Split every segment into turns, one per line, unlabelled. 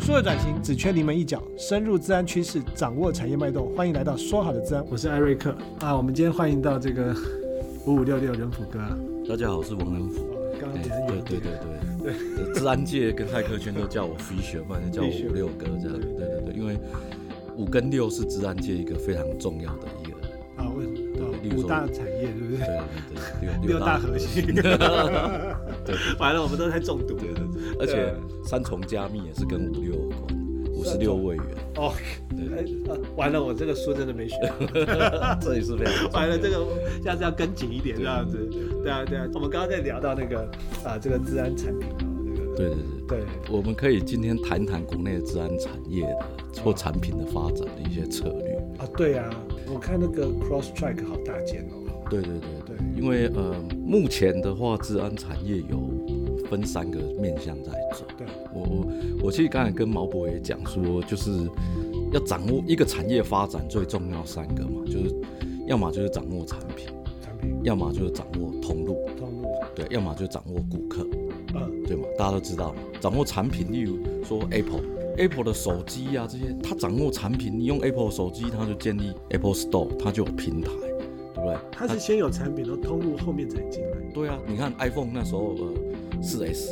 数位转型只缺临门一脚，深入自然趋势，掌握产业脉动。欢迎来到说好的自然，我是艾瑞克啊。我们今天欢迎到这个五五六六人普哥，
大家好，我是王仁福。
哦刚刚
哎
只是
对对对对对，治安界跟骇客圈都叫我 f i s h 不然就叫我五六哥这样。对对对，因为五跟六是治安界一个非常重要的一个，
啊，问啊
例如
五
说
大产业对不对？
对对对，
六大核心，
对
完了我们都在中毒。
对对对，而且三重加密也是跟五六有关，五十六位元，
哦，
对对对，
哎啊完了，我这个书真的没学。
这也是非常重要
完了，这个下次要跟紧一点，这样子
对对。
对啊，对啊。我们刚刚在聊到那个啊，这个治安产品啊，这个
对对对。
对
我们可以今天谈谈国内的治安产业的或产品的发展的一些策略。
啊，对啊。我看那个 Cross Track 好大件哦。
对对对
对
对，因为呃，目前的话，治安产业有分三个面向在走。
对，
我我我其实刚才跟毛博也讲说，就是要掌握一个产业发展最重要三个嘛，就是要么就是掌握产品，
产品
要么就是掌握通路，
通路，
对，要么就掌握顾客，
嗯，
对嘛？大家都知道嘛，掌握产品，例如说 Apple。Apple 的手机啊，这些它掌握产品，你用 Apple 手机，它就建立 Apple Store，它就有平台，对不对？
它是先有产品，然后通路后面才进来。
对啊，你看 iPhone 那时候呃四 S，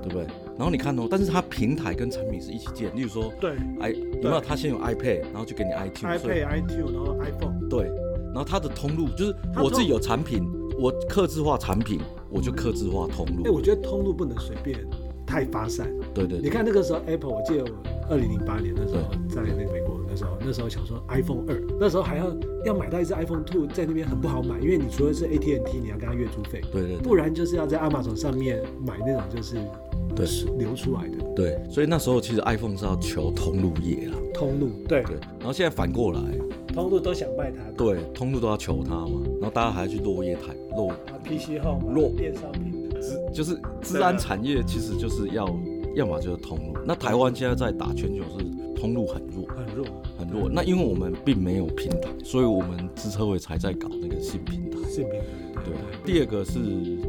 对不对？然后你看哦，但是它平台跟产品是一起建，例如说
对
i 有没有它先有 iPad，然后就给你 iTunes，所以
，iPad、iTune，然啊后 iPhone，
对，然后它的通路就是
它
我自己有产品，我客制化产品，我就客制化通
哎、
路，
我觉得通路不能随便太发散。
对对
你
对
看那个时候 Apple，我记得我二零零八年那时候在那个美国，那时候那时候想说 iPhone 二，那时候还要要买到一只 iPhone Two，在那边很不好买，因为你除了是 AT&T，你要跟他月租费，
对对对
不然就是要在 Amazon 上面买那种就是
对
流出来的
对，所以那时候其实 iPhone 是要求通路业啦，
通路，对，
对，然后现在反过来，
通路都想卖它，
对，通路都要求它嘛，然后大家还要去落叶台落
啊，PC 后
弱
电商品，
资就是治安产业，其实就是要要么就是通路。那台湾现在在打全球是通路很弱，
很弱，
很弱。那因为我们并没有平台，所以我们资车会才在搞那个新平台。
性品，
对，第二个是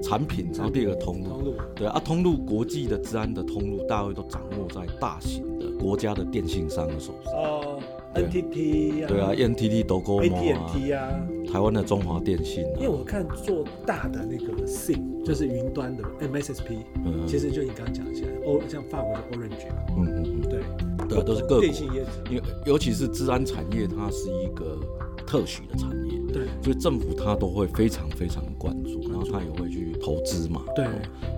产品，然后第二个通
通
路。
路，
对啊，通路国际的治安的通路，大约都掌握在大型的国家的电信商的手上。
哦
对啊
，NTT 啊，
对啊，NTT、d o c o m 啊，
，AT&T 啊。
台湾的中华电信
因为
啊，
我看做大的那个 SIM 就是云端的 MSSP，、
嗯
其实就你刚刚讲的，像欧像法国的 Orange 嘛，
嗯嗯
对，
嗯，对啊，都是各国
电。信业者，
因为尤其是治安产业，它是一个特许的产业，
对
所以政府它都会非常非常关注，然后它也会去投资嘛。
对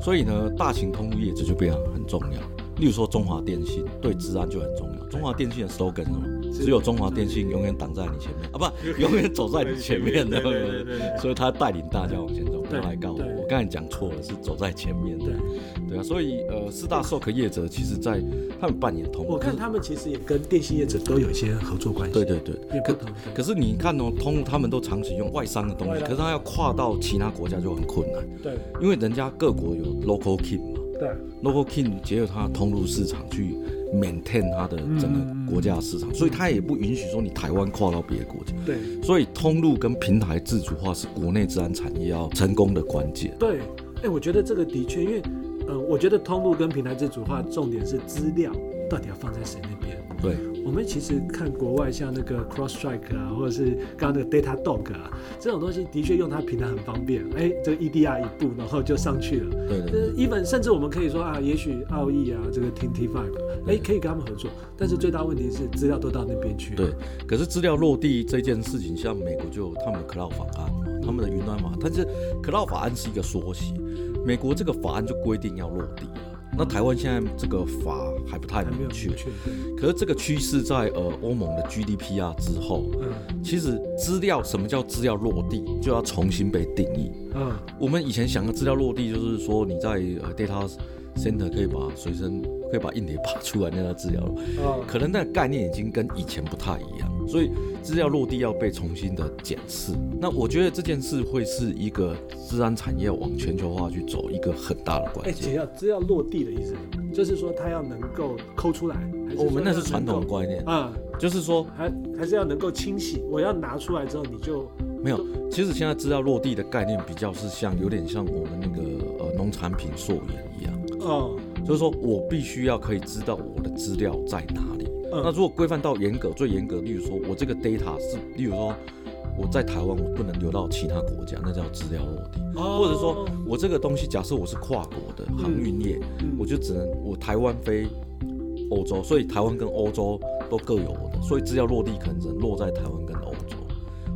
所以呢，大型通路业者就变得很重要。例如说，中华电信对治安就很重要。中华电信的 slogan 是什么？只有中华电信永远挡在你前面啊，不，永远走在你前面的。
对对对对对
所以他带领大家往前走，不
对
要来告我
对。
我刚才讲错了，是走在前面的
对。
对啊，所以呃，四大 SOC 业者其实在他们扮演通路，
我看他们其实也跟电信业者都有一些合作关系，
对对对，
也不同，
可是你看哦，通路他们都长期用外商的东
外
西，
商
可是他要跨到其他国家就很困难，
对
因为人家各国有 local king 嘛
对
，local king 结合它的通路市场去 maintain 它的整个国家市场，所以它也不允许说你台湾跨到别的国家。
对
所以通路跟平台自主化是国内治安产业要成功的关键。
对，哎、我觉得这个的确，因为呃，我觉得通路跟平台自主化重点是资料到底要放在谁那边，
对，
我们其实看国外像那个 CrossStrike 啊，或者是刚刚那个 Datadog 啊，这种东西的确用它平台很方便。哎，这个 EDR 一步，然后就上去了。
对对对
呃，even 甚至我们可以说啊，也许奥义啊，这个 t i n t Five，哎，可以跟他们合作。但是最大问题是资料都到那边去。
对，可是资料落地这件事情，像美国就有他们的 Cloud 法案嘛，他们的云端法，但是 Cloud 法案是一个缩写，美国这个法案就规定要落地了。那台湾现在这个法还不太
还没有
明确
明，确。对
可是这个趋势在呃欧盟的 GDP 啊之后，
嗯
其实资料什么叫资料落地，就要重新被定义。
嗯，
我们以前想的资料落地，就是说你在呃 data center 可以把随身可以把硬碟拔出来那个资料了，
哦，
可能那个概念已经跟以前不太一样，所以资料落地要被重新的检视。那我觉得这件事会是一个治安产业往全球化去走一个很大的
哎，
关
只
键。
要资料落地的意思是什么，就是说它要能够抠出来。还
哦我们那是
说要
哎传
能够
统的观念，
啊。
就是说
还还是要能够清洗，我要拿出来之后你就
没有。其实现在资料落地的概念比较是像，有点像我们那个呃农产品溯源一样，
哦，
就是说我必须要可以知道我的资料在哪里。
嗯
那如果规范到严格，最严格，例如说我这个 data 是，例如说我在台湾我不能流到其他国家，那叫资料落地。
哦
或者说我这个东西，假设我是跨国的航运业，
嗯
我就只能我台湾飞欧洲，所以台湾跟欧洲都各有我的，所以资料落地可能只能落在台湾跟欧洲。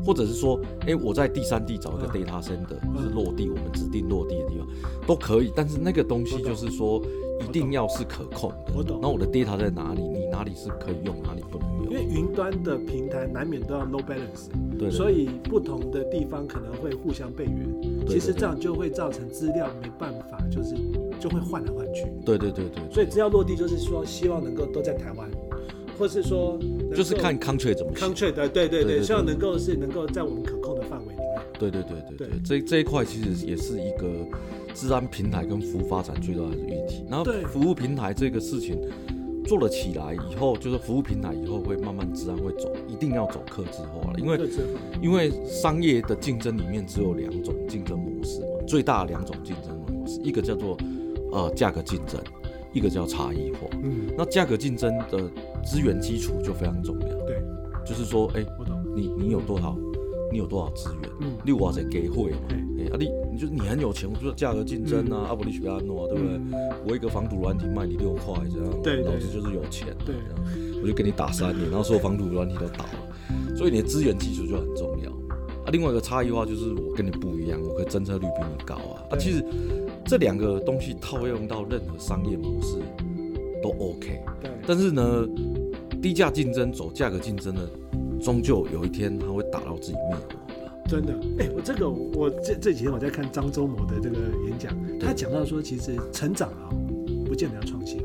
或者是说，哎、我在第三地找一个
嗯
data center、
嗯
是落地，我们指定落地的地方都可以，但是那个东西就是说，一定要是可控的。
我懂
那我的 data 在哪里？你哪里是可以用，哪里不能
因为
用？
云端的平台难免都要 low balance，
对，
所
以
以不同的地方可能会互相备援，
对
其实
对
这样就会造成资料没办法，就是就会换来换去。
对对对对，
所以资料落地就是说，希望能够都在台湾，或是说能够
就是看 contract 怎么写。
contract 的，对对
对
对，
对
希望能够是能够在我们可控的范围里面。
对对对对对
对，
这这一块其实也是一个治安平台跟服务发展最大的议题。然后
对
服务平台这个事情做了起来以后，就是服务平台以后会慢慢治安会走，一定要走客制化了，因为
对之后
因为商业的竞争里面只有两种竞争模式嘛，最大的两种竞争模式，一个叫做呃价格竞争，一个叫差异化。
嗯，
那价格竞争的资源基础就非常重要，
对，
就是说，哎、
我懂。
你你有多少，你有多少资源，
嗯，
你我在给会嘛，
对
哎、啊你你就是你很有钱，我就是价格竞争啊，阿伯利许安诺，对不对？
嗯
我一个防毒软体卖你六块，这样，
对对
老子就是有钱，
对
这样，我就给你打三年，然后所有防毒软体都倒了，所以你的资源基础就很重要。啊，另外一个差异化就是我跟你不一样，我可以侦测率比你高啊。啊，
对
其实这两个东西套用到任何商业模式都 OK，
对，
但是呢，低价竞争走价格竞争呢，终究有一天它会打到自己灭亡的。
真的，哎、我这个我这这几天我在看张忠谋的这个演讲，他讲到说，其实成长啊，不见得要创新，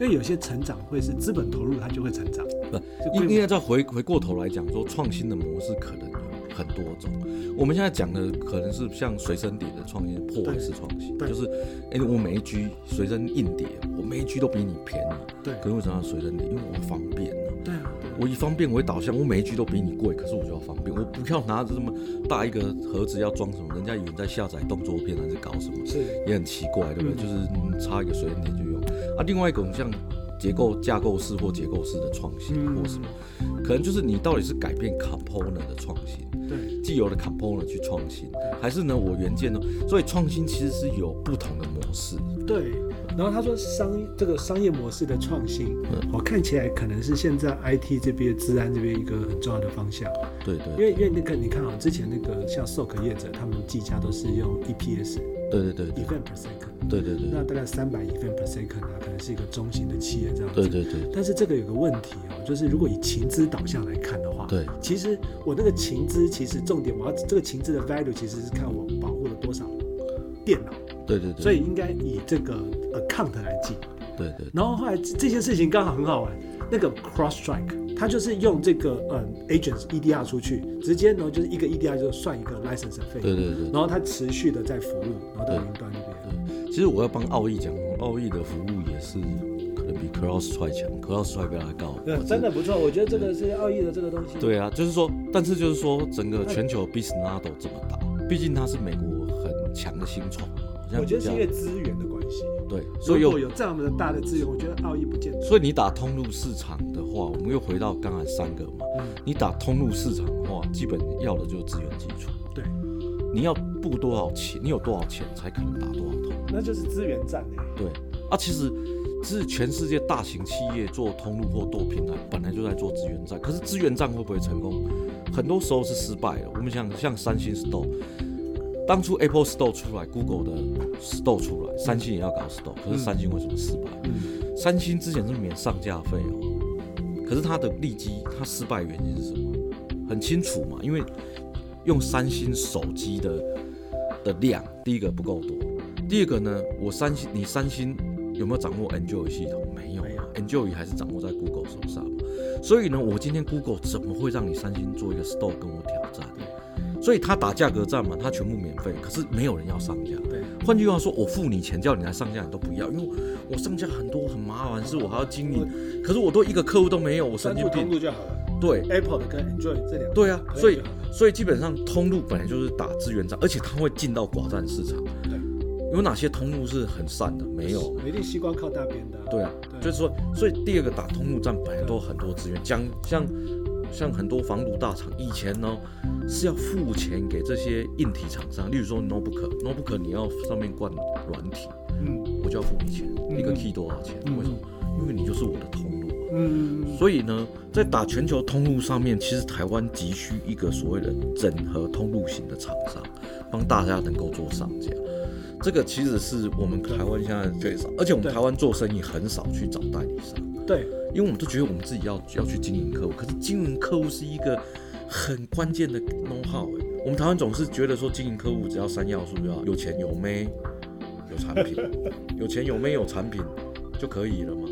因为有些成长会是资本投入，它就会成长。
不
这规模
应应该再回回过头来讲，说创新的模式可能有很多种。我们现在讲的可能是像随身碟的创新，破坏式创新，
对
就是哎、我每一居随身硬碟，我每一居都比你便宜。
对
可是为什么要随身碟？因为我方便啊。
对啊，对啊
我以方便为导向，我每一句都比你贵，可是我就要方便，我不要拿着这么大一个盒子要装什么，人家以为你在下载动作片还是搞什么，
是
也很奇怪，对不对？
嗯
就是嗯插一个水电点就用啊。另外一种像结构架构式或结构式的创新
嗯
或什么，可能就是你到底是改变 component 的创新，
对
既有的 component 去创新，还是呢我原件呢？所以创新其实是有不同的模式，
对。然后他说商这个商业模式的创新
嗯，
我看起来可能是现在 IT 这边、治安这边一个很重要的方向，
对对
因为因为那个你看啊，之前那个像 SOC 业者，他们计价都是用 E EPS
对对对对
event per second，
对对对
那大概三百 event per second 啊，可能是一个中型的企业这样子。
对对对
但是这个有个问题哦，就是如果以情资导向来看的话，，
对
其实我那个情资其实重点我要这个情资的 value 其实是看我保护了多少电脑，
对对对，
所以应该以这个 account 来记。
对对
然后后来这这件事情刚好很好玩，那个 cross strike 它就是用这个嗯 agents EDR 出去，直接呢就是一个 EDR 就算一个 license 费，
对对对对
然。后它持续的在服务，然后到云端那边。
其实我要帮奥义讲，奥义的服务也是可能比 CrossFit 强，CrossFit 比他高。
对，真的不错，我觉得这个是奥义的这个东西。
对啊，就是说，但是就是说，整个全球 business model 怎么打？毕竟它是美国很强的新创嘛，好像
我觉得是
比
因
较
为资源的关系。
对，所以
如果
有，
有这样的大的资源，我觉得奥义不见得。
所以你打通路市场的话，我们又回到刚才三个嘛，
嗯，
你打通路市场的话，基本要的就是资源基础，
对，
你要布多少钱，你有多少钱才可能打多少通。
那就是资源战哎、
对啊，其实是全世界大型企业做通路或做平台，本来就在做资源战。可是资源战会不会成功？很多时候是失败的。我们想像三星 Store，当初 Apple Store 出来，Google 的 Store 出来，三星也要搞 Store，可是三星为什么失败？
嗯，
三星之前是免上架费哦，可是它的利基，它失败原因是什么？很清楚嘛，因为用三星手机的的量，第一个不够多，第二个呢，我三星你三星有没有掌握 Enjoy 系统？没有
没有
啊，Enjoy 还是掌握在 Google 手上嘛。所以呢，我今天 Google 怎么会让你三星做一个 Store 跟我挑战？所以他打价格战嘛，他全部免费，可是没有人要上架。
对，
换句话说，我付你钱叫你来上架，你都不要，因为我上架很多很麻烦，是我还要经营，可是我都一个客户都没有，我神经病。
就好了。
对
Apple 的跟 Enjoy 这两个，
对啊，所以
可以就好
所以基本上通路本来就是打资源战，而且它会进到寡占市场。
对
有哪些通路是很散的？没有。
一定西瓜靠大边的、啊。
对啊，
对
就是说，所以第二个打通路战本来都有很多资源，将像像很多防毒大厂以前呢是要付钱给这些硬体厂商，例如说 notebook，notebook 你要上面灌软体，
嗯
我就要付你钱，
嗯
一个 key 多少钱？
嗯
为什么？因为你就是我的通路啊。
嗯嗯
所以呢，在打全球通路上面，其实台湾急需一个所谓的整合通路型的厂商，帮大家能够做上架。这个其实是我们台湾现在最少，而且我们
对
台湾做生意很少去找代理商。
嗯，对，
因为我们都觉得我们自己要要去经营客户，可是经营客户是一个很关键的 know how 哎、我们台湾总是觉得说经营客户只要三要素，就要有钱有妹有产品，有钱有妹有产品就可以了嘛？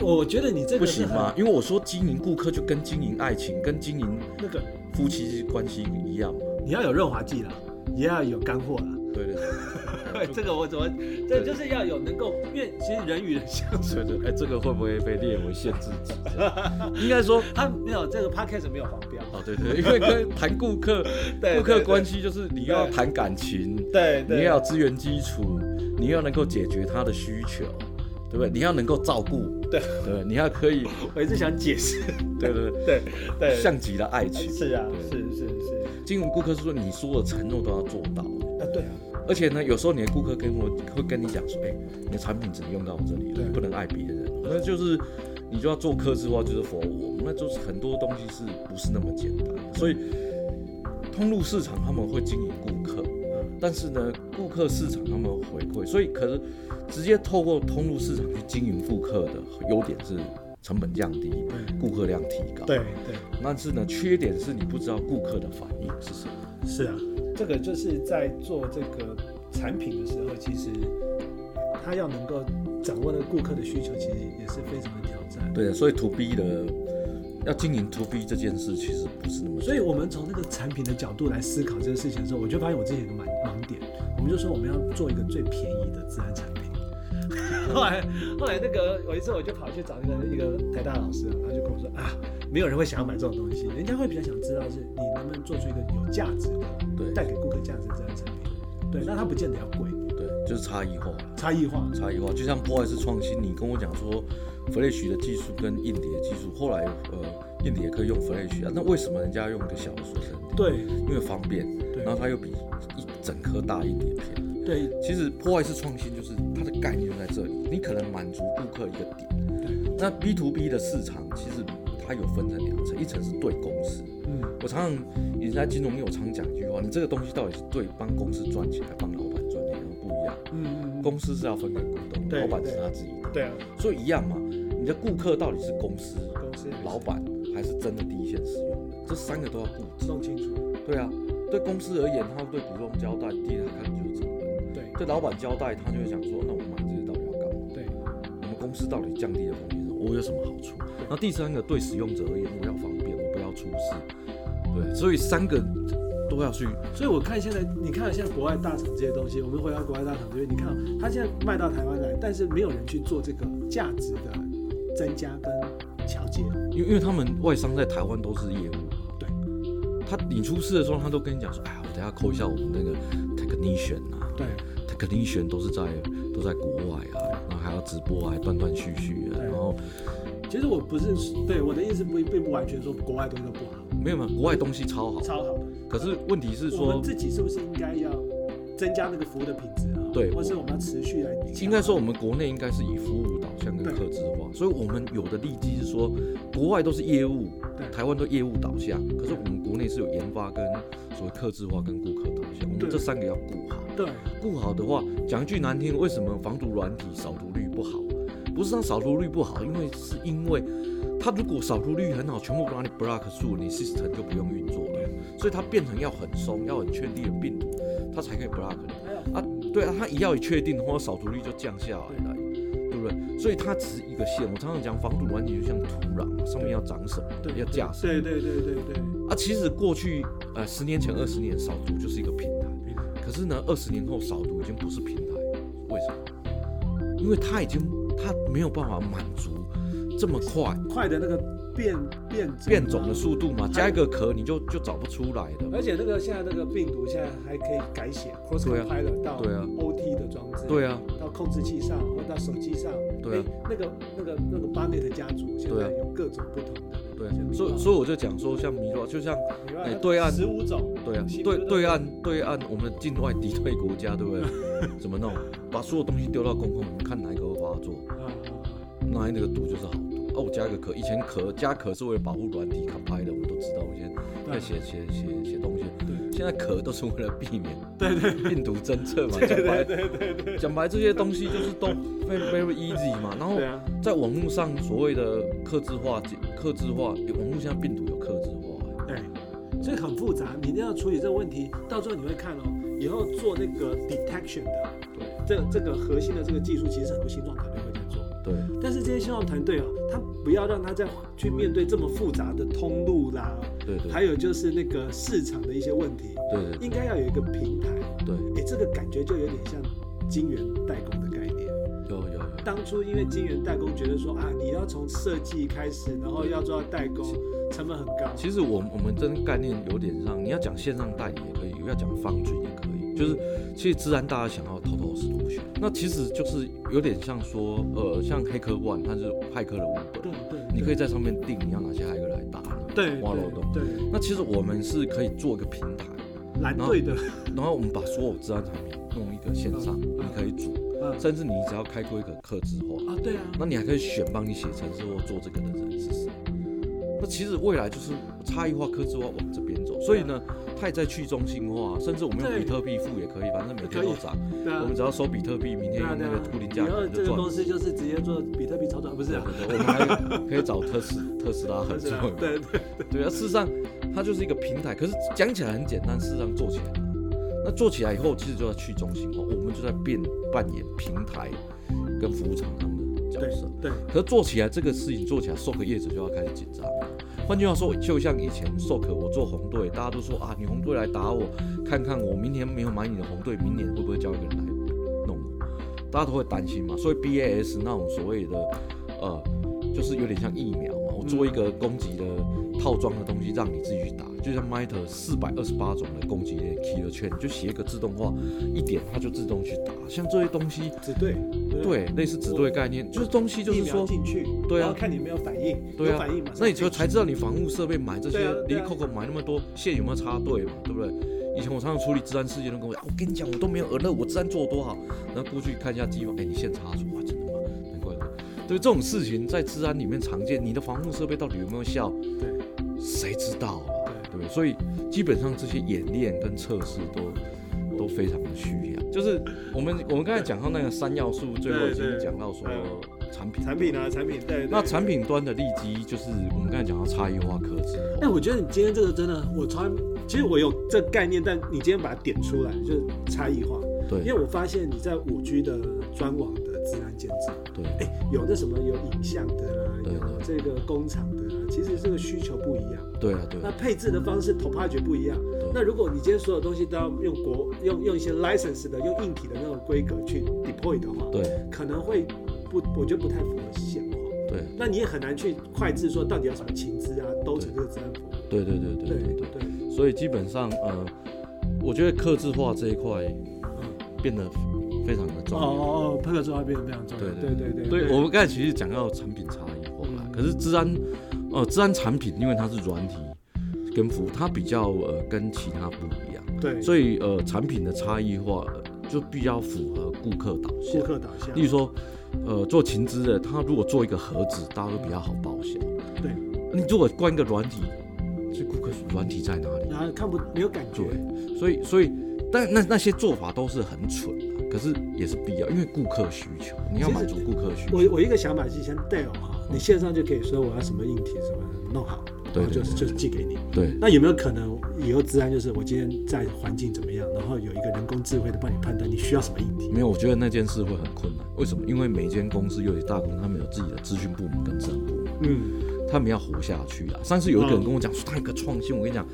我觉得你这
不
个是
行
很
嘛？因为我说经营顾客就跟经营爱情、跟经营
那个
夫妻关系一样嘛。
你要有润滑剂啦，也要有干货啦。
对对对，
对，这个我怎么，这就是要有能够，因为其实人与人相处，
对对，哎、这个会不会被列为限制级？ 应该说。
他没有这个 podcast 没有黄标。
哦，对对，因为跟谈顾 客
对
顾客
对对
关系就是你要谈感情，
对
你要有资源基础，你要能够解决他的需求，对不对？你要能够照顾，
对
对，你要可以，
我一直想解释，
对对对，
对对，
像极了爱情。
是啊，
对
是是是，
金融顾客是说你所有承诺都要做到，
啊对啊，
而且呢，有时候你的顾客跟我会跟你讲说，哎、你的产品只能用到我这里了，
对
你不能爱别人，那就是你就要做客制化，就是佛我，那就是很多东西是不是那么简单的，所以通路市场他们会经营顾客，但是呢，顾客市场他们回馈，所以可是直接透过通路市场去经营顾客的优点是成本降低，顾客量提高，
嗯对，对
但是呢，缺点是你不知道顾客的反应是什么，
是啊，这个就是在做这个产品的时候，其实他要能够掌握那个顾客的需求，其实也是非常的挑战。
对，啊所以 to B 的。要经营 to B 这件事，其实不是那么简单
所以，我们从那个产品的角度来思考这个事情的时候，我就发现我自己有一个盲盲点，我们就说我们要做一个最便宜的自然产品。 后来，后来那个有一次我就跑去找那个一个台大老师，他就跟我说啊，没有人会想要买这种东西，人家会比较想知道是你能不能做出一个有价值的、
对
带给顾客价值的自然产品。对，那它不见得要贵，
对，就是差异化，
差异化。
差异化。就像 POS 创新，你跟我讲说 Flash 的技术跟硬碟技术，后来呃硬碟可以用 Flash 啊，那为什么人家用一个小的随身碟？
对
因为方便，
对
然后它又比一整颗大硬碟便宜。
对
其实 POS 创新就是它的概念就在这里，你可能满足顾客一个点。
对，
那 B to B 的市场其实它有分成两层，一层是对公司。
嗯，
我常常也在金融业，我常讲一句话：你这个东西到底是对帮公司赚钱，还帮老板赚钱，都不一样。
嗯嗯，
公司是要分给股东，
对
老板是他自己的，
对啊，
所以一样嘛。你的顾客到底是公司、
公司
老板，还是真的第一线使用的？这三个都要顾及。
弄清楚，
对啊，对公司而言，他对股东交代，第一他看就是成本；
对
对老板交代，他就会想说，那我买这些到底要干嘛？
对
我们公司到底降低了风险，我有什么好处？那第三个，对使用者而言，我要方便，我不要出事。对，所以三个都要去
所以我看现在，你看现在国外大厂这些东西，我们回到国外大厂这边，你看啊它现在卖到台湾来，但是没有人去做这个价值的增加跟调节。
因为因为他们外商在台湾都是业务，
对，
他你出事的时候，他都跟你讲说，哎呀，我等一下扣一下我们那个 technician 啊
对
，technician 都是在都在国外啊，然后还要直播啊，还断断续续的，
对
然后
其实我不是对我的意思不并不完全说国外东西都不好，
没有没有，国外东西超好，
超好的。
可是问题是
我
说
们，自己是不是应该要增加那个服务的品质啊？
对
或是我们要持续来强化。
应该说我们国内应该是以服务导向跟
对
客制化，所以我们有的利基是说，国外都是业务
对，
台湾都业务导向，可是我们国内是有研发跟所谓客制化跟顾客导向，我们
对
这三个要顾好。
对
顾好的话，讲一句难听，为什么防毒软体扫毒率不好？不是它扫毒率不好，因为是因为它如果扫毒率很好，全部把你 block 住，你 system 就不用运作了，所以它变成要很松，要很确定的病毒，它才可以 block 你
还有
啊。对啊，它一要一确定的话，扫毒率就降下来了，对不对？所以它只是一个线。我常常讲，防毒软体就像土壤，上面要长什么，
对
要架什么。
对对对对对，
啊，其实过去呃十年前、二十年扫毒就是一个平台，可是呢，二十年后扫毒已经不是平台，为什么？因为它已经它没有办法满足这么快，
快的那个变变种
变种的速度嘛，加一个壳你就就找不出来了。
而且那个现在那个病毒现在还可以改写 cross
对啊
compiler 到
对啊
OT 的装置，
对啊，
到控制器上或到手机上，
对啊
诶那个那个那个巴内的家族现
对啊
在有各种不同的那
对
个一些
啊，
名
所以
号
所以我就讲说，像米洛，就像
你看
哎对啊
十五种，
对啊
西，部
对
的
对岸对岸，我们境外敌对国家，对不 对？怎么弄？把所有东西丢到公共，我们看哪一个会发作，
啊啊啊
哪一个毒就是好毒。啊，我加一个壳，以前壳加壳是为了保护软体卡拍的，我们都知道，我以前
啊
在写写写写东西，现在壳都是为了避 免对对病毒侦测嘛，讲白
对对对
讲白这些东西就是都 very very easy 嘛，然后
对啊，
在网络上所谓的克制化、克制化，诶网络现在病毒有克制化、欸
对，所以很复杂，你一定要处理这个问题，到最后你会看哦，以后做那个 detection 的，
对
这这个核心的这个技术，其实很多新创团队会在做。
对
但是这些新创团队哦，他不要让他再去面对这么复杂的通路啦，
对对
还有就是那个市场的一些问题，
对对
应该要有一个平台。
对，
诶，这个感觉就有点像晶圆代工的概念。
有有有。
当初因为晶圆代工觉得说啊，你要从设计开始，然后要做到代工，成本很高。
其实我们我们这个概念有点像，你要讲线上代理也可以，要讲放菌也可以，就是其实自然大家想要头头是路学，那其实就是有点像说，呃，像黑客 One 它是骇客的五
对
本，
对，
你可以在上面定你要哪些骇客来打你，
对
挖漏洞。
对对
那其实我们是可以做一个平台，
蓝队的，
然后我们把所有自然产品弄一个线上，
嗯
你可以组，
嗯
甚至你只要开过一个客制化，
啊，对啊，
那你还可以选帮你写程式或做这个的人是谁。那其实未来就是差异化、科技化往这边走，所以呢，它也在去中心化，甚至我们用
对
比特币付也可以，反正每天都涨，
对啊
我们只要收比特币，明
对
天
啊
用
对
那个
啊
固定，价
以后这
格就
个
赚
公。司就是直接做比特币炒短，不是啊？
对对对我们还可以找特斯特斯拉
不
合
是
作
啊，
嘛，
对对
对啊，事实上它就是一个平台，可是讲起来很简单，事实上做起来很难，那做起来以后其实就要去中心化，我们就在变扮演平台跟服务厂商的角色。
对
可做起来这个事情做起来，授课业者就要开始紧张了。换句话说，就像以前授课，我做红队，大家都说啊，你红队来打我，看看我明年没有买你的红队，明年会不会叫一个人来弄我？大家都会担心嘛。所以 BAS 那种所谓的呃，就是有点像疫苗嘛，我做一个攻击的套装的东西，让你自己去打，就像 Miter 四百二十八种的攻击链 killer 圈，你就写一个自动化，一点它就自动去打。像这些东西，
只对不
对，类似指对概念，就是东西就是
疫苗
说。
进去，
对啊
然后看你有没有反应，
对
有
啊
反应嘛，，
那你就才知道你防护设备买这
对
些
啊，
离
对啊
Coco 买那么多线有没有插队嘛，对不对？以前我常常处理治安事件，都跟我讲，我跟你讲，我都没有耳乐，我治安做得多好。然后过去看一下机房，哎，你线插错，哇，真的吗？难怪我。对这种事情在治安里面常见，你的防护设备到底有没有效，
对
谁知道啊？
对
对不对？所以基本上这些演练跟测试都都非常的需要。就是我们我们刚才讲到那个三要素，最后
对
已经
对哎
讲到说产品，
产品啊，产品对。对
那产品端的利基就是我们刚才讲到差异化克制
哎，我觉得你今天这个真的，我从来其实我有这概念，但你今天把它点出来，就是差异化。
对
因为我发现你在五 G 的专网的治安监制，
对
哎，有那什么有影像的啦，
对
有这个工厂的啦，其实这个需求不一样。
对啊对
那
啊
配置的方式、头发觉不一样。那如果你今天所有东西都要用国用用一些 license 的、用硬体的那种规格去 deploy 的话，
对
可能会不，我觉得不太符合现况。
对
那你也很难去快制说到底要什么情资啊，都成这个治安服务。
对对对对对对
对，
对，所以基本上呃，我觉得克制化这一块变得非常的重
哦
要。
哦哦，配合做化变得非常重要。对
对
对对嗯
对，我们刚才其实讲到产品差异化啦，可是治安呃治安产品因为它是软体跟服务，它比较呃跟其他不一样，
对，
所以呃产品的差异化呃就比较符合顾客导向
顾。客导向
例。如说，呃，做情资的，他如果做一个盒子，大家都比较好报销。
对，
你如果关一个软体，是顾客软体在哪里？
然后看不没有感觉。
对，所以所以，但那那些做法都是很蠢的、可是也是必要，因为顾客需求，你要满足顾客需求。
我我一个想法是先 Dell 哈，你线上就可以说我要什么硬体什么弄好，
对
然后就是就是寄给你。
对
那有没有可能以后治安就是我今天在环境怎么样，然后有一个人工智慧的帮你判断你需要什么硬体？
没有，我觉得那件事会很困难。为什么？因为每间公司，尤其大公司，他们有自己的资讯部门跟治安部门。
嗯，
他们要活下去啊。上次有一个人跟我讲说，他有个创新，我跟你讲，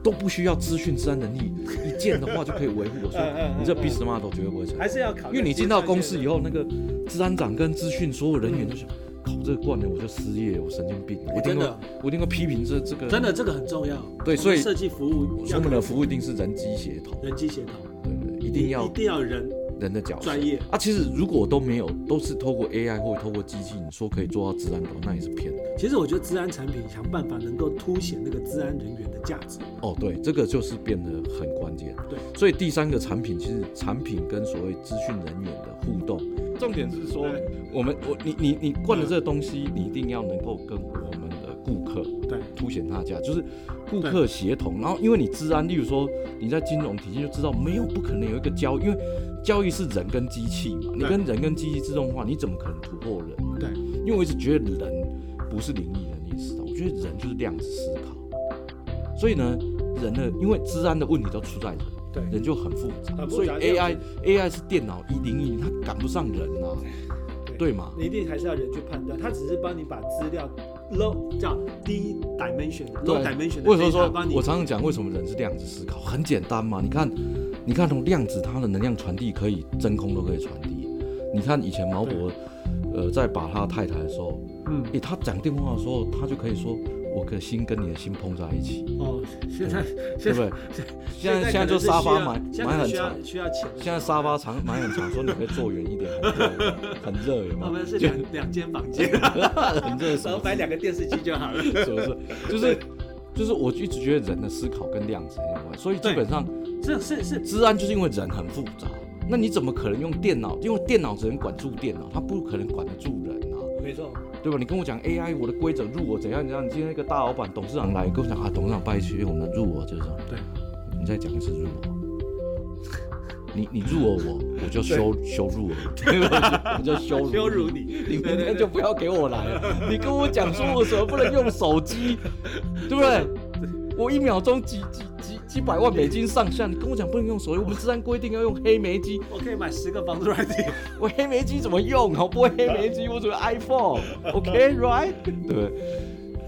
都不需要资讯治安能力，一件的话就可以维护。我说
嗯嗯嗯嗯
你这 B 十 m a 都绝对不会成功，
是要考
因为你进到公司以，后，那个治安长跟资讯所有人员都想，靠，这个惯了我就失业，我神经病，我一定
真
会
的
我一定会批评这这个
真的这个很重要。
对所以
我们设计服务
我
要
们的服务一定是人机协同，
人机协同，
对不对？一定要
一定要有人
人的角色
专业。
啊。其实如果都没有，都是透过 AI 或透过机器，你说可以做到自然流，那也是骗的。
其实我觉得治安产品想办法能够凸显那个治安人员的价值。
哦，对，这个就是变得很关键。
对，
所以第三个产品，其实产品跟所谓资讯人员的互动，重点是说
对嗯
我们我你你你灌了这个东西，你一定要能够跟我们的顾客。
对，
凸显它的价值，就是顾客协同。然后因为你治安，例如说你在金融体系就知道，没有不可能有一个交易，因为交易是人跟机器嘛，你
对
跟人跟机器自动化，你怎么可能突破人？
对，
因为我一直觉得人不是灵异能力思考，啊我觉得人就是量子思考。所以呢，人呢，因为治安的问题都出在人。
对
人就很复杂，
很
所
复
以
杂
AI AI 是电脑一零一，它赶不上人啊，对吗？
你一定还是要人去判断，他只是帮你把资料 low 叫低 dimension 的 low dimension 的
为什么
data
说
帮你
我常常讲为什么人是量子思考？很简单嘛，你看，你看从量子它的能量传递可以真空都可以传递。你看以前毛博，呃，在把他太太的时候，
嗯
诶、他讲电话的时候，他就可以说我的心跟你的心碰在一起，
哦，现在
嗯对
现
不
在
对？现在现在就
可能是需
沙
要
发买
现在
买
可能
很
需
长
要，需要钱，
现在沙发长买很长，说你可以坐远一点，很热，有
我
吗？
哦们是两两间房 间，
很热什
然
么
后买两个电视机就 好了。
是不是？就是就是，我一直觉得人的思考跟量子很有关，所以基本上。
是是是，
治安就是因为人很复杂，那你怎么可能用电脑？因为电脑只能管住电脑，它不可能管得住人啊，
没错，
对吧？你跟我讲 AI，我的规则入我怎样怎样，你今天一个大老板、董事长来跟我讲啊，董事长拜谢，我们入我就是这样，
对，
你再讲一次入我，你你入我我我 就羞羞辱 了，我就羞辱
羞辱你
你
对
明
对
天
对
就不要给我来了。 你跟我讲说我怎么不能用手 机，对不对？我一秒钟几几几几百万美金上下，你跟我讲不能用手机，我们治安规定要用黑莓机，
我可以买十个房子 right
我黑莓机怎么用？我不会黑莓机，我只会 iPhone，OK，right？、对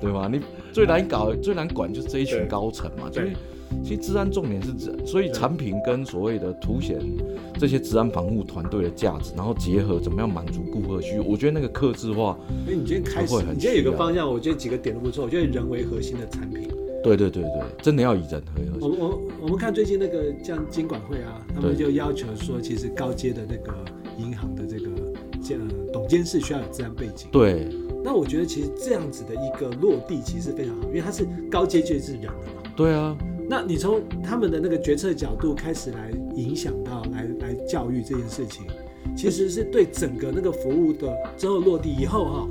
对吧？你最难搞、最难管就是这一群
对
高层嘛，所
对
以其实治安重点是人，所以产品跟所谓的凸显这些治安防护团队的价值，然后结合怎么样满足顾客需求，我觉得那个客制化，
所以你今天开始
都会，很
你今天有
需
个
要
方向，我觉得几个点都不错。我觉得人为核心的产品，
对对对对，真的要以人为核
我
心。
们我们我们看最近那个像金管会啊，他
对
们就要求说，其实高阶的那个银行的这个监呃董监事需要有治安背景。
对啊
那我觉得其实这样子的一个落地其实非常好，因为它是高阶就是人了嘛。
对啊，
那你从他们的那个决策角度开始来影响到来来教育这件事情，其实是对整个那个服务的之后落地以后哈、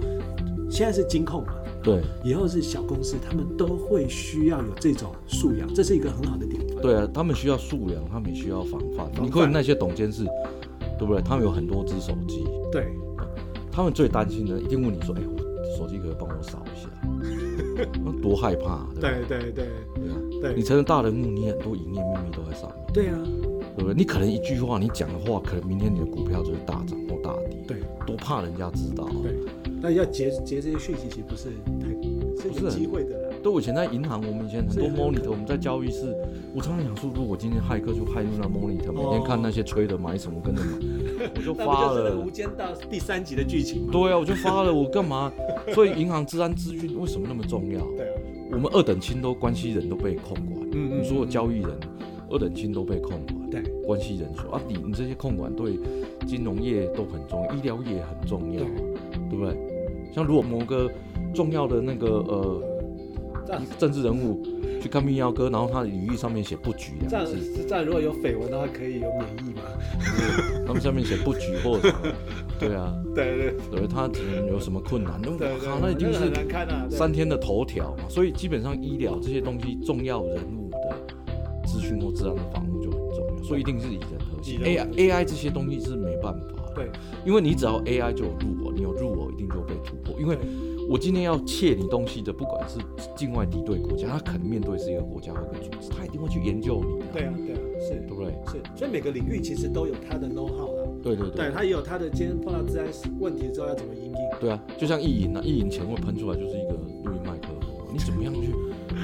现在是金控嘛，
对啊
以后是小公司，他们都会需要有这种素养，这是一个很好的典范。
对啊，他们需要素养，他们也需要防范。
范
你看那些董监事，对不对？他们有很多只手机，
对
他们最担心的一定问你说：“哎、我手机可不可以帮我扫一下？” 那多害怕、啊，对吧？
对对对
对啊，你
对
成了大人物，你很多营业秘密都在上面，
对啊，
对不对？你可能一句话，你讲的话，可能明天你的股票就是大涨或大跌，
对啊
多怕人家知道啊。
对。那要截截这些讯息，其实不是太是有机会的啦。
对，我以前在银行，我们以前很
是
多
很有
monitor，我们在交易室，我常常想说，如果今天骇客就骇入那 monitor，每天
哦
看那些吹的买什么跟着 买，我就
那
发
不就是那个《
了
无。间道》第三集的剧情吗？
对啊，我就发了，我干嘛？所以银行治安资讯为什么那么重要？
对啊，
我们二等亲都关系人都被控管，
嗯嗯
嗯，所有交易人二等亲都被控管，
对
关系人说啊，你你这些控管对金融业都很重要，医疗业很重要，对不对？像如果某个重要的那个呃
这样
政治人物去看泌尿科，然后他的履历上面写不举
这
两
样
个字，
这样如果有绯闻的话，可以有免疫吗？
他们上面写不举或者什么，对啊，
对对
对他只能有什么困难，那我
对对
靠，，那一定
个
是
很难看啊。对
三天的头条嘛，所以基本上医疗这些东西重要人物的资讯或治安的防护就很重要，所以一定是以人核心。
以
A
人
I A I 这些东西是没办法的，
对，
因为你只要 A I 就有入我，你有入我一定就被突破。因为
对
我今天要窃你东西的，不管是境外敌对国家，他可能面对是一个国家或一个组织，他一定会去研究你、啊，
对啊对啊，是
对不对？
是，所以每个领域其实都有它的 know how 啦。
对对
对，
对。
它也有它的，今天碰到治安问题之后要怎么应应。
对啊，就像意淫啊，意淫前会喷出来就是一个录音麦克风，你怎么样去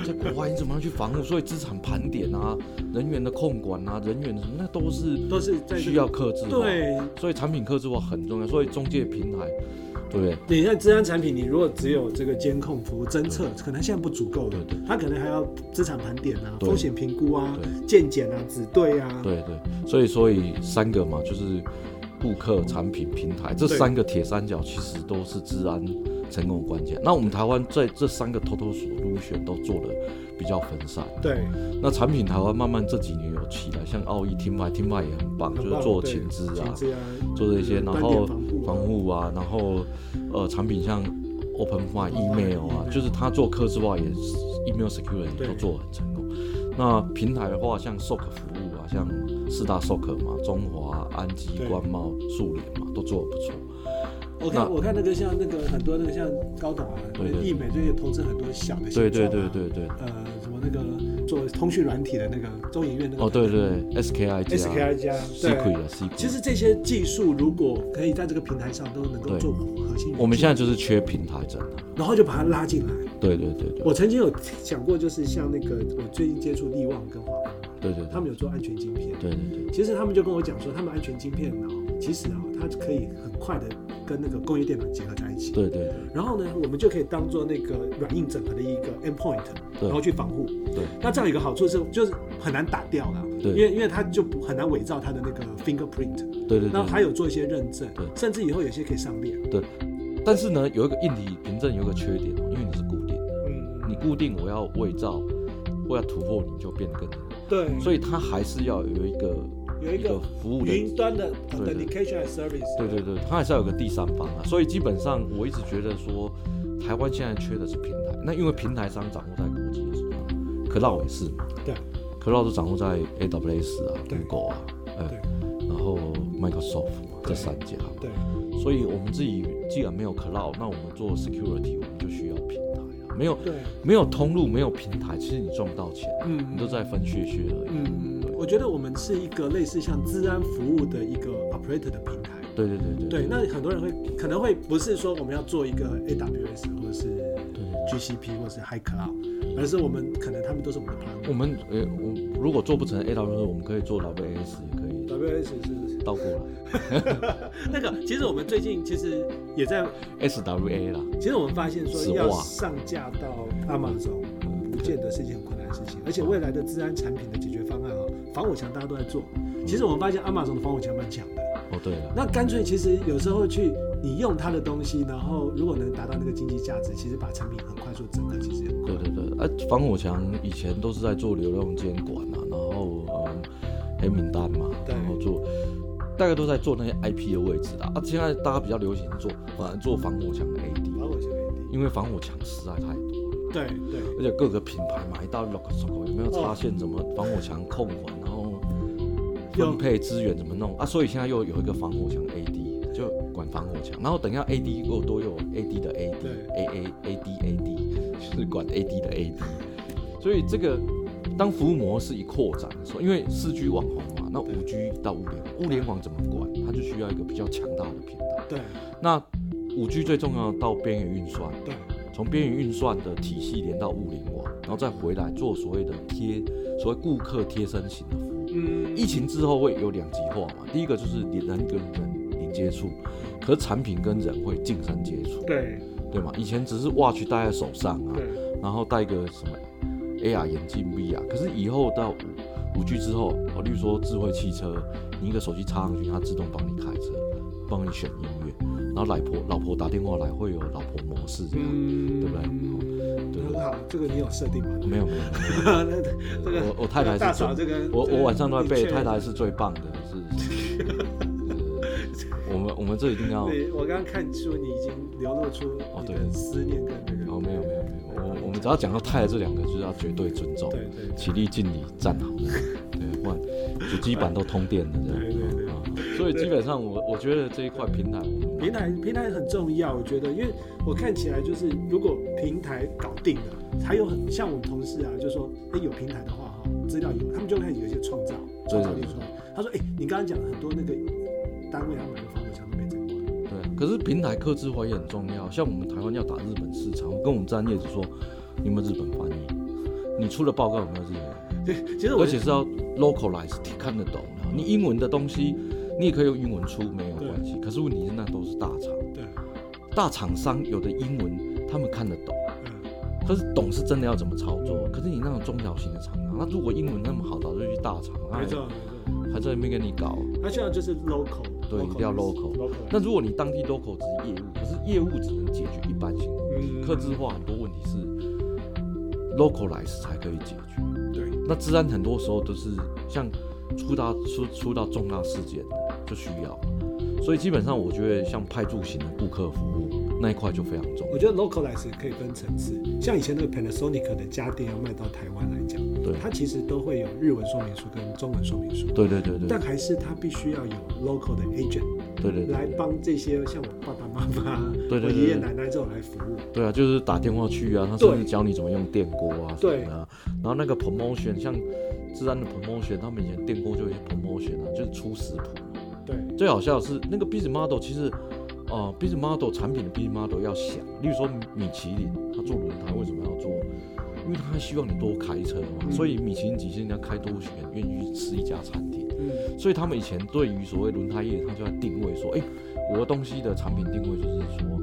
在国外你怎么样去防护？所以资产盘点啊，人员的控管啊，人员什么那都是
都是在这个
需要克制化，
对
所以产品克制化很重要，所以中介平台对不对？
你看，治安产品，你如果只有这个监控服务侦测，可能现在不足够了
对对，
它可能还要资产盘点啊、
对
风险评估啊、
对
鉴检啊、指对啊，
对对，所以所以三个嘛，就是顾客、产品、平台这
对
三个铁三角，其实都是治安成功的关键。那我们台湾在这三个 total solution 都做的比较分散。
对
那产品台湾慢慢这几年有起来，像奥义听牌，听牌也很棒，
很
就
棒
是做
对
情资啊
情，资啊，
做这些，然
斑
后
点防护啊
防护啊，然后呃产品像 Open m i
Open Mind
Email 啊，
Email
就是他做客制化也是 Email Security
对
都做得很成功。那平台的话，像 SOC 服务啊，像四大 SOC 嘛，中华、安吉、
对
官茂、数联嘛，都做得不错。
我
那
看我看那个像那个很多那个像高达、啊
对对、对
易美最近投资很多小的、啊
对对对，对对，
呃，什么那个做通讯软体的那个中影院那个
哦对对对，SKI 加
SKI 加对
Secret 啊 Secret。
其实这些技术如果可以在这个平台上都能够
对
做核心元件，
我们现在就是缺平台整啊。
然后就把它拉进来。
对对对对
我曾经有讲过，就是像那个我最近接触力旺跟华邦，
对对
他们有做安全晶片。
对对对
其实他们就跟我讲说，他们安全晶片呢，其实啊，它可以很快的跟那个工业电脑结合在一起。
对对对
然后呢，我们就可以当做那个软硬整合的一个 endpoint，
对
然后去防护。
对
那这样有一个好处是，就是很难打掉啦，
对
因为因为它就不很难伪造它的那个 fingerprint，
对对
然后
对。
还有做一些认证
对，
甚至以后有些可以上链。
但是呢，有一个硬体凭证有一个缺点哦，因为你是固定的，
嗯，
你固定我要伪造，我要突破你就变得更难，
嗯对，
所以它还是要有一个
有一个
服务的，
云端的呃
对对
authentication and service，
对对对，它还是要有个第三方啊。所以基本上我一直觉得说，台湾现在缺的是平台，那因为平台商掌握在国际的手上，Cloud 也是嘛
对
，Cloud 都掌握在 AWS 啊、
对
Google 啊，呃
对，
然后 Microsoft 嘛这
对
三家嘛。
对
所以我们自己既然没有 cloud，那我们做 security 我们就需要平台啊，没有
对，
没有通路，没有平台，其实你赚不到钱，
嗯
你都在分血血而已。
嗯，我觉得我们是一个类似像治安服务的一个 operator 的平台。
对对对对
对，那很多人会可能会不是说我们要做一个 AWS 或者是
对
GCP 或者是 High Cloud，而是我们可能他们都是我们的 partner。
我们呃，我如果做不成 A W S，我们可以做 W S，也可以
AWS 是
倒过来
那个，其实我们最近其实也在，
S W A 啦。
其实我们发现
是
说
哇
要上架到 Amazon，不见得是一件很困难的事情，而且未来的治安产品的解决方案啊，防火墙大家都在做。其实我们发现 Amazon 的防火墙蛮强的，
哦对了，
那干脆其实有时候去你用它的东西，然后如果能达到那个经济价值，其实把产品很快速整合，其实也很快
对。对对，啊，防火墙以前都是在做流量监管啊，然后嗯黑名单嘛，
对
然后做大概都在做那些 IP 的位置啦。啊，现在大家比较流行做反而做防火墙的 AD。
把我先给你。
因为防火墙实在太多了，
对对
而且各个品牌买到 lock 手有没有发现怎么防火墙控管，然后分配资源怎么弄啊？所以现在又有一个防火墙 AD，就管防火墙，然后等一下 AD 又多又有 AD 的 AD，AA AD AD 就是管 AD 的 AD，所以这个当服务模式一扩展的时候，因为四 G 网红嘛，那五 G 到物联网，物联网怎么管？它就需要一个比较强大的平台。
对
那五 G 最重要的到边缘运算。
对
从边缘运算的体系连到物联网，然后再回来做所谓的贴，所谓顾客贴身型的服务。
嗯
疫情之后会有两极化嘛，第一个就是人跟人零接触，可是产品跟人会近身接触，
对
对吗？以前只是 watch 戴在手上啊，
对
然后戴一个什么 AR 眼镜 VR，可是以后到五五 G 之后，哦，例如说智慧汽车，你一个手机插上去，它自动帮你开车，帮你选音乐，然后老婆老婆打电话来会有老婆模式这样，
嗯
对不对？对不
很
对？
好，这个你有设定吗？
没有没有，
那这个
我我太太
大
是
嫂
最，
这个
我我晚上都在背，
这个
太太是最棒的，是。 是我们我们这一定要，
对我刚刚看出你已经流露出
哦
你
对
的思念跟那
哦
个
没有没有没有，我我们只要讲到太太这两个，就是要绝对尊重，
对对
起立敬礼站好，对，不然主机板都通电了这
对
样。
对对。
啊，所以基本上我我觉得这一块平台，我
平
们
台平台很重要，我觉得，因为我看起来就是，如果平台搞定了，还有很像我们同事啊，就说，哎、有平台的话，哈，资料有，他们就开始有一些创造，
对
创造力出来。他说，哎、你刚刚讲的很多那个单位他买的防火墙都没在管，
对，啊可是平台客制化也很重要。像我们台湾要打日本市场，我跟我们站业主说，你有没有日本翻译？你出了报告有没有日本翻译？
对，其实我
而且是要 localize 看得懂的。你英文的东西，你也可以用英文出没有关系。可是问题是那都是大厂，
对
大厂商有的英文他们看得懂，
嗯
可是懂是真的要怎么操作。可是你那种中小型的厂商，他如果英文那么好，早就去大厂，
没错没错，
还还在那边给你搞。
他现在就是 local，
对一定要 local
local
那如果你当地 local 只是业务，可是业务只能解决一般性的问题，
嗯
客制化很多问题是 localize 才可以解决。
对，
那治安很多时候都是像出大出出到重大事件就需要，所以基本上我觉得像派驻型的顾客服务那一块就非常重
我觉得 localize 可以分层次，像以前那个 Panasonic 的家电要卖到台湾来讲，
要。对
它其实都会有日文说明书跟中文说明书，
对对对对
但还是它必须要有 local 的 agent
对对对
来帮这些像我爸爸妈妈、
对对对
我爷爷奶奶这种来服务。
对啊，就是打电话去啊，他
对
甚至教你怎么用电锅啊什么的啊、然后那个 promotion 像治安的 promotion，他们以前电锅就有一些 promotion 啊，就是出食谱嘛。
对，
最好笑的是那个 business model 其实，呃，business model 产品的 business model 要想，例如说米其林，它做轮胎为什么要做？因为它希望你多开车嘛，
嗯
所以米其林底线要开多选，愿意去吃一家餐厅。
嗯，
所以他们以前对于所谓轮胎业，他就要定位说，哎、我的东西的产品定位就是说，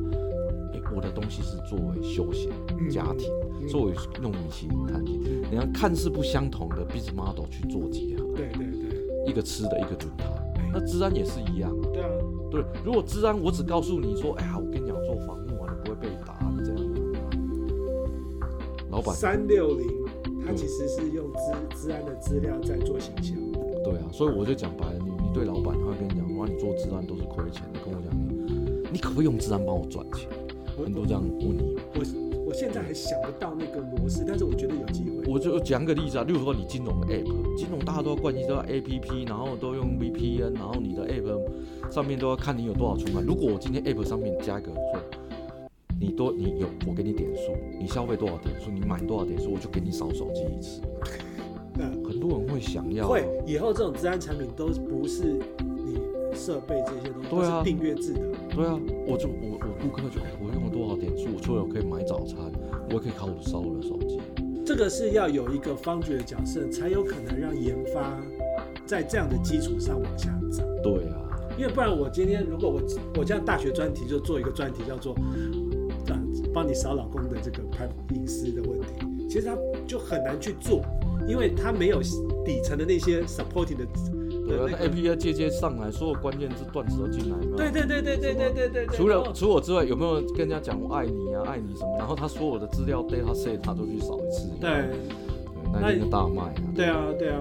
哎、我的东西是作为休闲
嗯
家庭，
嗯
作为用米其林餐厅，你要看似不相同的 business model 去做结合，
对对对，
一个吃的，一个轮胎。
哎
那治安也是一样啊。
对啊，
对，如果治安我只告诉你说，哎呀，我跟你讲做防护啊，你不会被打，你这样这样。老板，
三六零
嗯
它其实是用资资安的资料在做行销，
对啊，所以我就讲白了，你你对老板，他会跟你讲，哇，你做治安都是亏钱的，跟我讲你，你可不可以用治安帮我赚钱？
我
很多这样问你，
我我现在还想不到那个模式，但是我觉得有机会。
我就讲个例子啊，例如说你金融的 app，金融大家都要惯性都要 app，然后都用 VPN，然后你的 app 上面都要看你有多少存款。如果我今天 app 上面加一个说，你多你有我给你点数，你消费多少点数，你买多少点数，我就给你扫手机一次。
嗯
很多人会想要啊，
会，以后这种治安产品都不是你设备这些东西，
对
都
啊
是订阅制的。
对啊，我就我我顾客就哎我用了多少点数，我除了我可以买早餐，我也可以考我的烧我的手机。
这个是要有一个方觉的角色，才有可能让研发在这样的基础上往下走。
对啊，
因为不然，我今天如果我我这样大学专题就做一个专题叫做“啊帮你扫老公的这个拍隐私的问题”，其实他就很难去做，因为他没有底层的那些 supporting 的
对啊
的，那
那
个。
app 接接上来，所有关键字断舌进来没有？
对对对对对对对对对。
除
然后
了除我之外，有没有跟人家讲我爱你啊，爱你什么？然后他所有的资料 data set 他都去扫一次，
对
对，那一定就大卖啊，
对啊对啊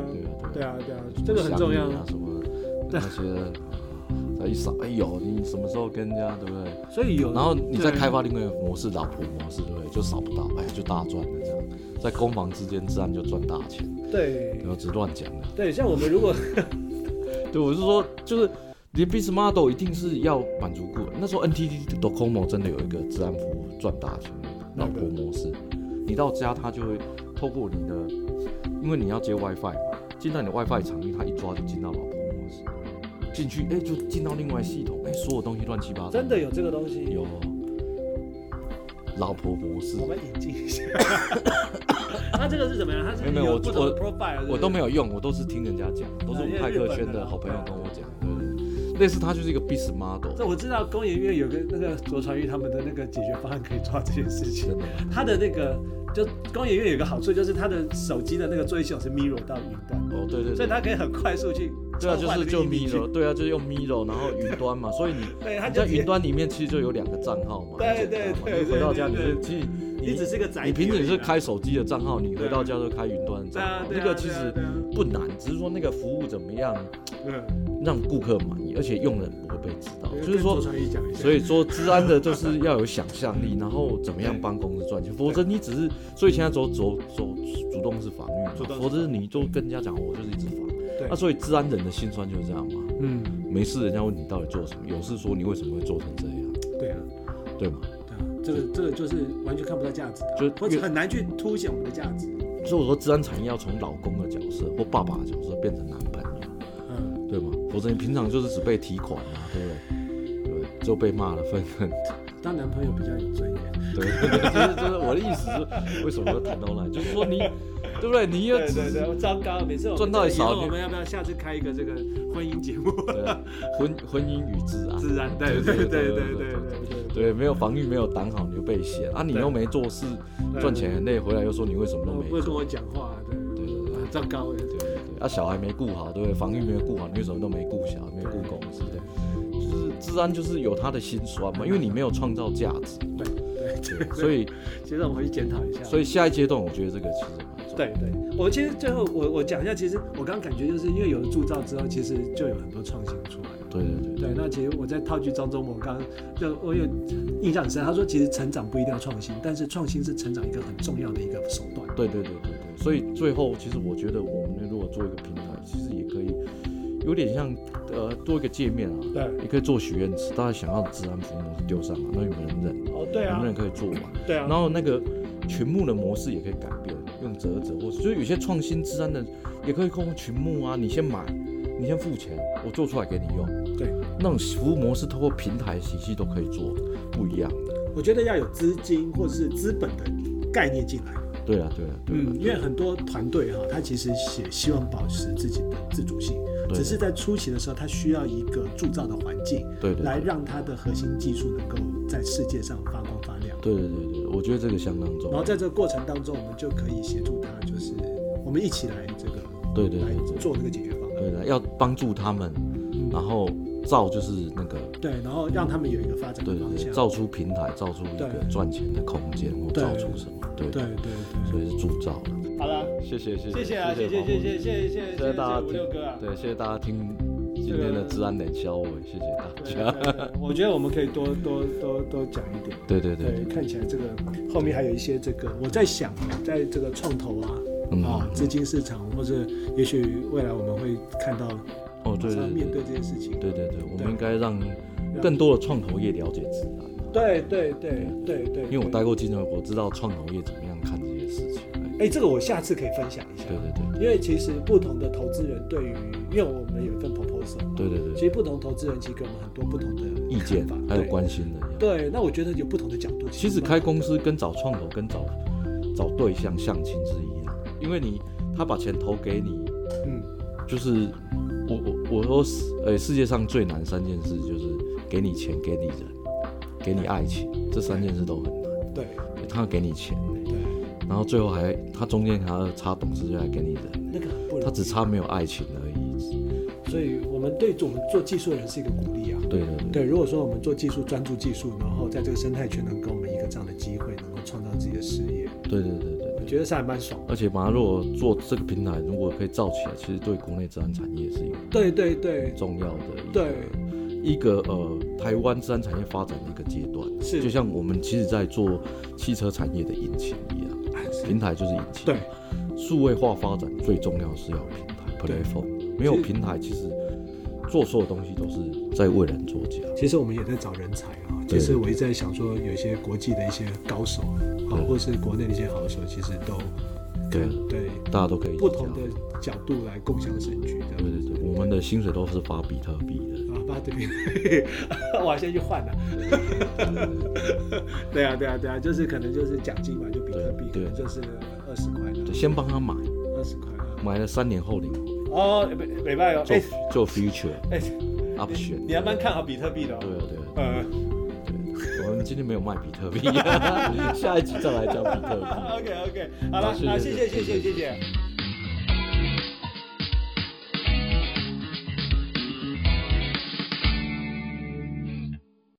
对啊
对啊对啊，
对啊，
这个很重要
想你。啊，什么那些，他一扫，哎呦，你什么时候跟人家对不对？
所以有，
啊然后你再
对
开发另外一个模式，老婆模式对不对？就扫不到，哎，就大赚了这样，在攻防之间自然就赚大钱，
对
然后只是乱讲的。
对，像我们如果
对，我是说，就是连 business model 一定是要满足顾客。那时候 NTT Docomo 真的有一个治安服务赚大钱的老婆模式，你到家他就会透过你的，因为你要接 WiFi 嘛，进到你的 WiFi 场域，他一抓就进到老婆模式，进去哎、就进到另外系统，哎、所有东西乱七八糟，
真的有这个东西，
有老婆模式
我。们引进一下。 他这个是怎么样？他是
没有没有我
不同的
我
profile，
我都没
有。
有用，我都是听人家讲，都是我们派克圈的好朋友跟我讲，对对，类似它就是一个 business model，
这我知道，工研院有个那个卓传玉他们的那个解决方案可以抓这件事情
真。的。
他的那个就工研院有个好处，就是他的手机的那个作业系统是 mirror 到云端，
哦，对对
所
对
以，他可以很快速去
对啊，
抽
就
换
是
那个
就
image
Miro，对啊，就是用 Miro，然后云端嘛，所以你
对， 他
你
就
在云端里面其实就有两个账号嘛，
对
你知道吗
对对
你回到家你
对
是
对
其实
你只
你
是个载体而已
你
啦。
平时是开手机的账号，你
对
回
啊
到家就开云端的
对
账
啊
号，
对啊
那个其
对啊
实
对啊
不难，只是说那个服务怎么样
嗯，
让顾客满意，而且用人不会被知道，哦就是
跟
说
卓。传玉讲一下，
所以说，治安的就是要有想象力，然后怎么样帮公司赚钱，否则你只是，所以现在走走走主动式防御
主动
嘛，
式
否则你就跟人家讲我就是一直防，
对
那所以治安人的心酸就是这样嘛，
嗯，
没事，人家问你到底做什么，有事说你为什么会做成这样，
对啊。
对吗？
对啊，这个这个就是完全看不到价值的，啊
就
或者很难去凸显我们的价值。
所以我说，治安产业要从老公的角色或爸爸的角色变成男朋友，
嗯，
对吗？否则你平常就是只被提款嘛，对不对？对不对，就被骂的份，
当男朋友比较有尊严。
对，就是就是我的意思是，为什么要谈到那里？就是说你对不对？你又
对对对，糟糕！每次我们
赚到一
这个以
勺
后我
你
们要不要下次开一个这个婚姻节目？
对啊婚婚姻与 啊自然，
自然，对对对对对对对
对，没有防御，没有挡好，你就被嫌啊！你
对
又没做事，
对
赚钱很累，回来又说你为什么都
我不
没
会跟
做，
我讲话，对
对对对
啊，糟糕！
对对对，啊，小孩没顾好，对不对？防御没有顾好，你为什么都没顾小孩，没有顾公司的？就是治安就是有他的辛酸嘛，因为你没有创造价值，
对对对，
所以
其实我们回去检讨一下。
所以下一阶段我觉得这个其实蛮重要。
对对，我其实最后我我讲一下，其实我刚刚感觉就是因为有了铸造之后，其实就有很多创新出来了。
对对对
对，那其实我在套句当中，我刚刚就我有印象很深，他说其实成长不一定要创新，但是创新是成长一个很重要的一个手段。
对对对对对，所以最后其实我觉得我们如果做一个平台，其实也可以有点像呃多一个界面啊，
对
也可以做许愿池，大家想要的治安服务模式丢上来，那有没有人认？
哦，对
有没有人可以做嘛？
对啊
然后那个群幕的模式也可以改变，用折折，或是就是有些创新治安的也可以通过群幕啊，你先买，你先付钱，我做出来给你用，
对，
那种服务模式通过平台体系都可以做不一样的。
我觉得要有资金或者是资本的概念进来。
对啊，对啊，对啊，
嗯，因为很多团队哈，他其实也希望保持自己的自主性，
对
只是在初期的时候，他需要一个铸造的环境，
对对对
来让他的核心技术能够在世界上发光发亮。
对对对对，我觉得这个相当重
然后
要。
在这个过程当中，我们就可以协助他，就是我们一起来这个
对对对
来
对
做这个解决方案。
对的，要帮助他们，
嗯
然后造就是那个，
对，然后让他们有一个发展的
对
方
对对，
向。
造出平台，造出一个
对
赚钱的空间，或
对
造出什么，对
对
对，
对对。
所以是铸造了。
好了，
谢谢谢
谢谢啊，谢谢
黄
谢谢谢
昏
谢谢谢
谢谢大家
五六哥啊。
对，谢谢大家听今天的治安冷消委，谢谢
对啊
大
对
家。
对对我觉得我们可以多多多多讲一点。
对对对
对，看起来这个后面还有一些这个，我在想，在这个创投啊，
嗯
啊，资金市场，或者也许未来我们会看到，
哦对对
面
对
对这些事情，
对对对，我
对啊
们应该让更多的创投业了解治安，
对对对对对，
因为我待过金融，我知道创投业怎么样看这些事情。哎
哎，这个我下次可以分享一下，
对对对
因为其实不同的投资人对于，因为我们有一份 proposal，嘛
对对
其实
对，
不同投资人其实给我们很多不同的
意见
看法
还有
对
关心的。
对，那我觉得有不同的角度，
其实开公司跟找创投跟找找对象相亲是一样，因为你他把钱投给你，
嗯，
就是我我我说世呃世界上最难三件事就是给你钱、给你人、给你爱情，这三件事都很难。
对
对他要给你钱，
对，
然后最后还他中间还要插董事会来给你人，
那个很不容易
他只差没有爱情而已。
所以我们对我们做技术的人是一个鼓励啊。
对对对
对，如果说我们做技术，专注技术，然后在这个生态圈能给我们一个这样的机会，能够创造自己的事业，
对对对对
我
对。
觉得是还蛮爽的。
而且马上如果做这个平台，如果可以造起来，其实对国内自然产业是一个
对对对
重要的一个
对
一个呃台湾自然产业发展的一个阶段，
是
就像我们其实在做汽车产业的引擎一样，
哎
平台就是引擎。
对，
数位化发展最重要是要有平台
对
platform，没有
其实
平台其实做所有东西都是在为人作嫁。
其实我们也在找人才啊。
对
其实我一直在想说，有一些国际的一些高手啊
对，
或是国内的一些好手，其实都
对
对
大家都可以
不同的
一起
角度来共襄盛举
加入。
的。
对对对，我们的薪水都是发比特币的。
啊，八这边， 我先去换了。 对啊，对啊，对啊，就是可能就是奖金嘛，就比特币，可
对对
能就是二十块的
对，，先帮他买，
二十块啊。
买了三年后领回，
哦，北北拜哦，
做
哎
做 future
哎，
option。
你还蛮看好比特币的
对
哦。
啊对啊。
呃
对，啊我们今天没有卖比 特币，下一集再来讲比特币。
，OK OK，好了，
好谢谢
啊，谢谢谢
谢谢
谢谢谢。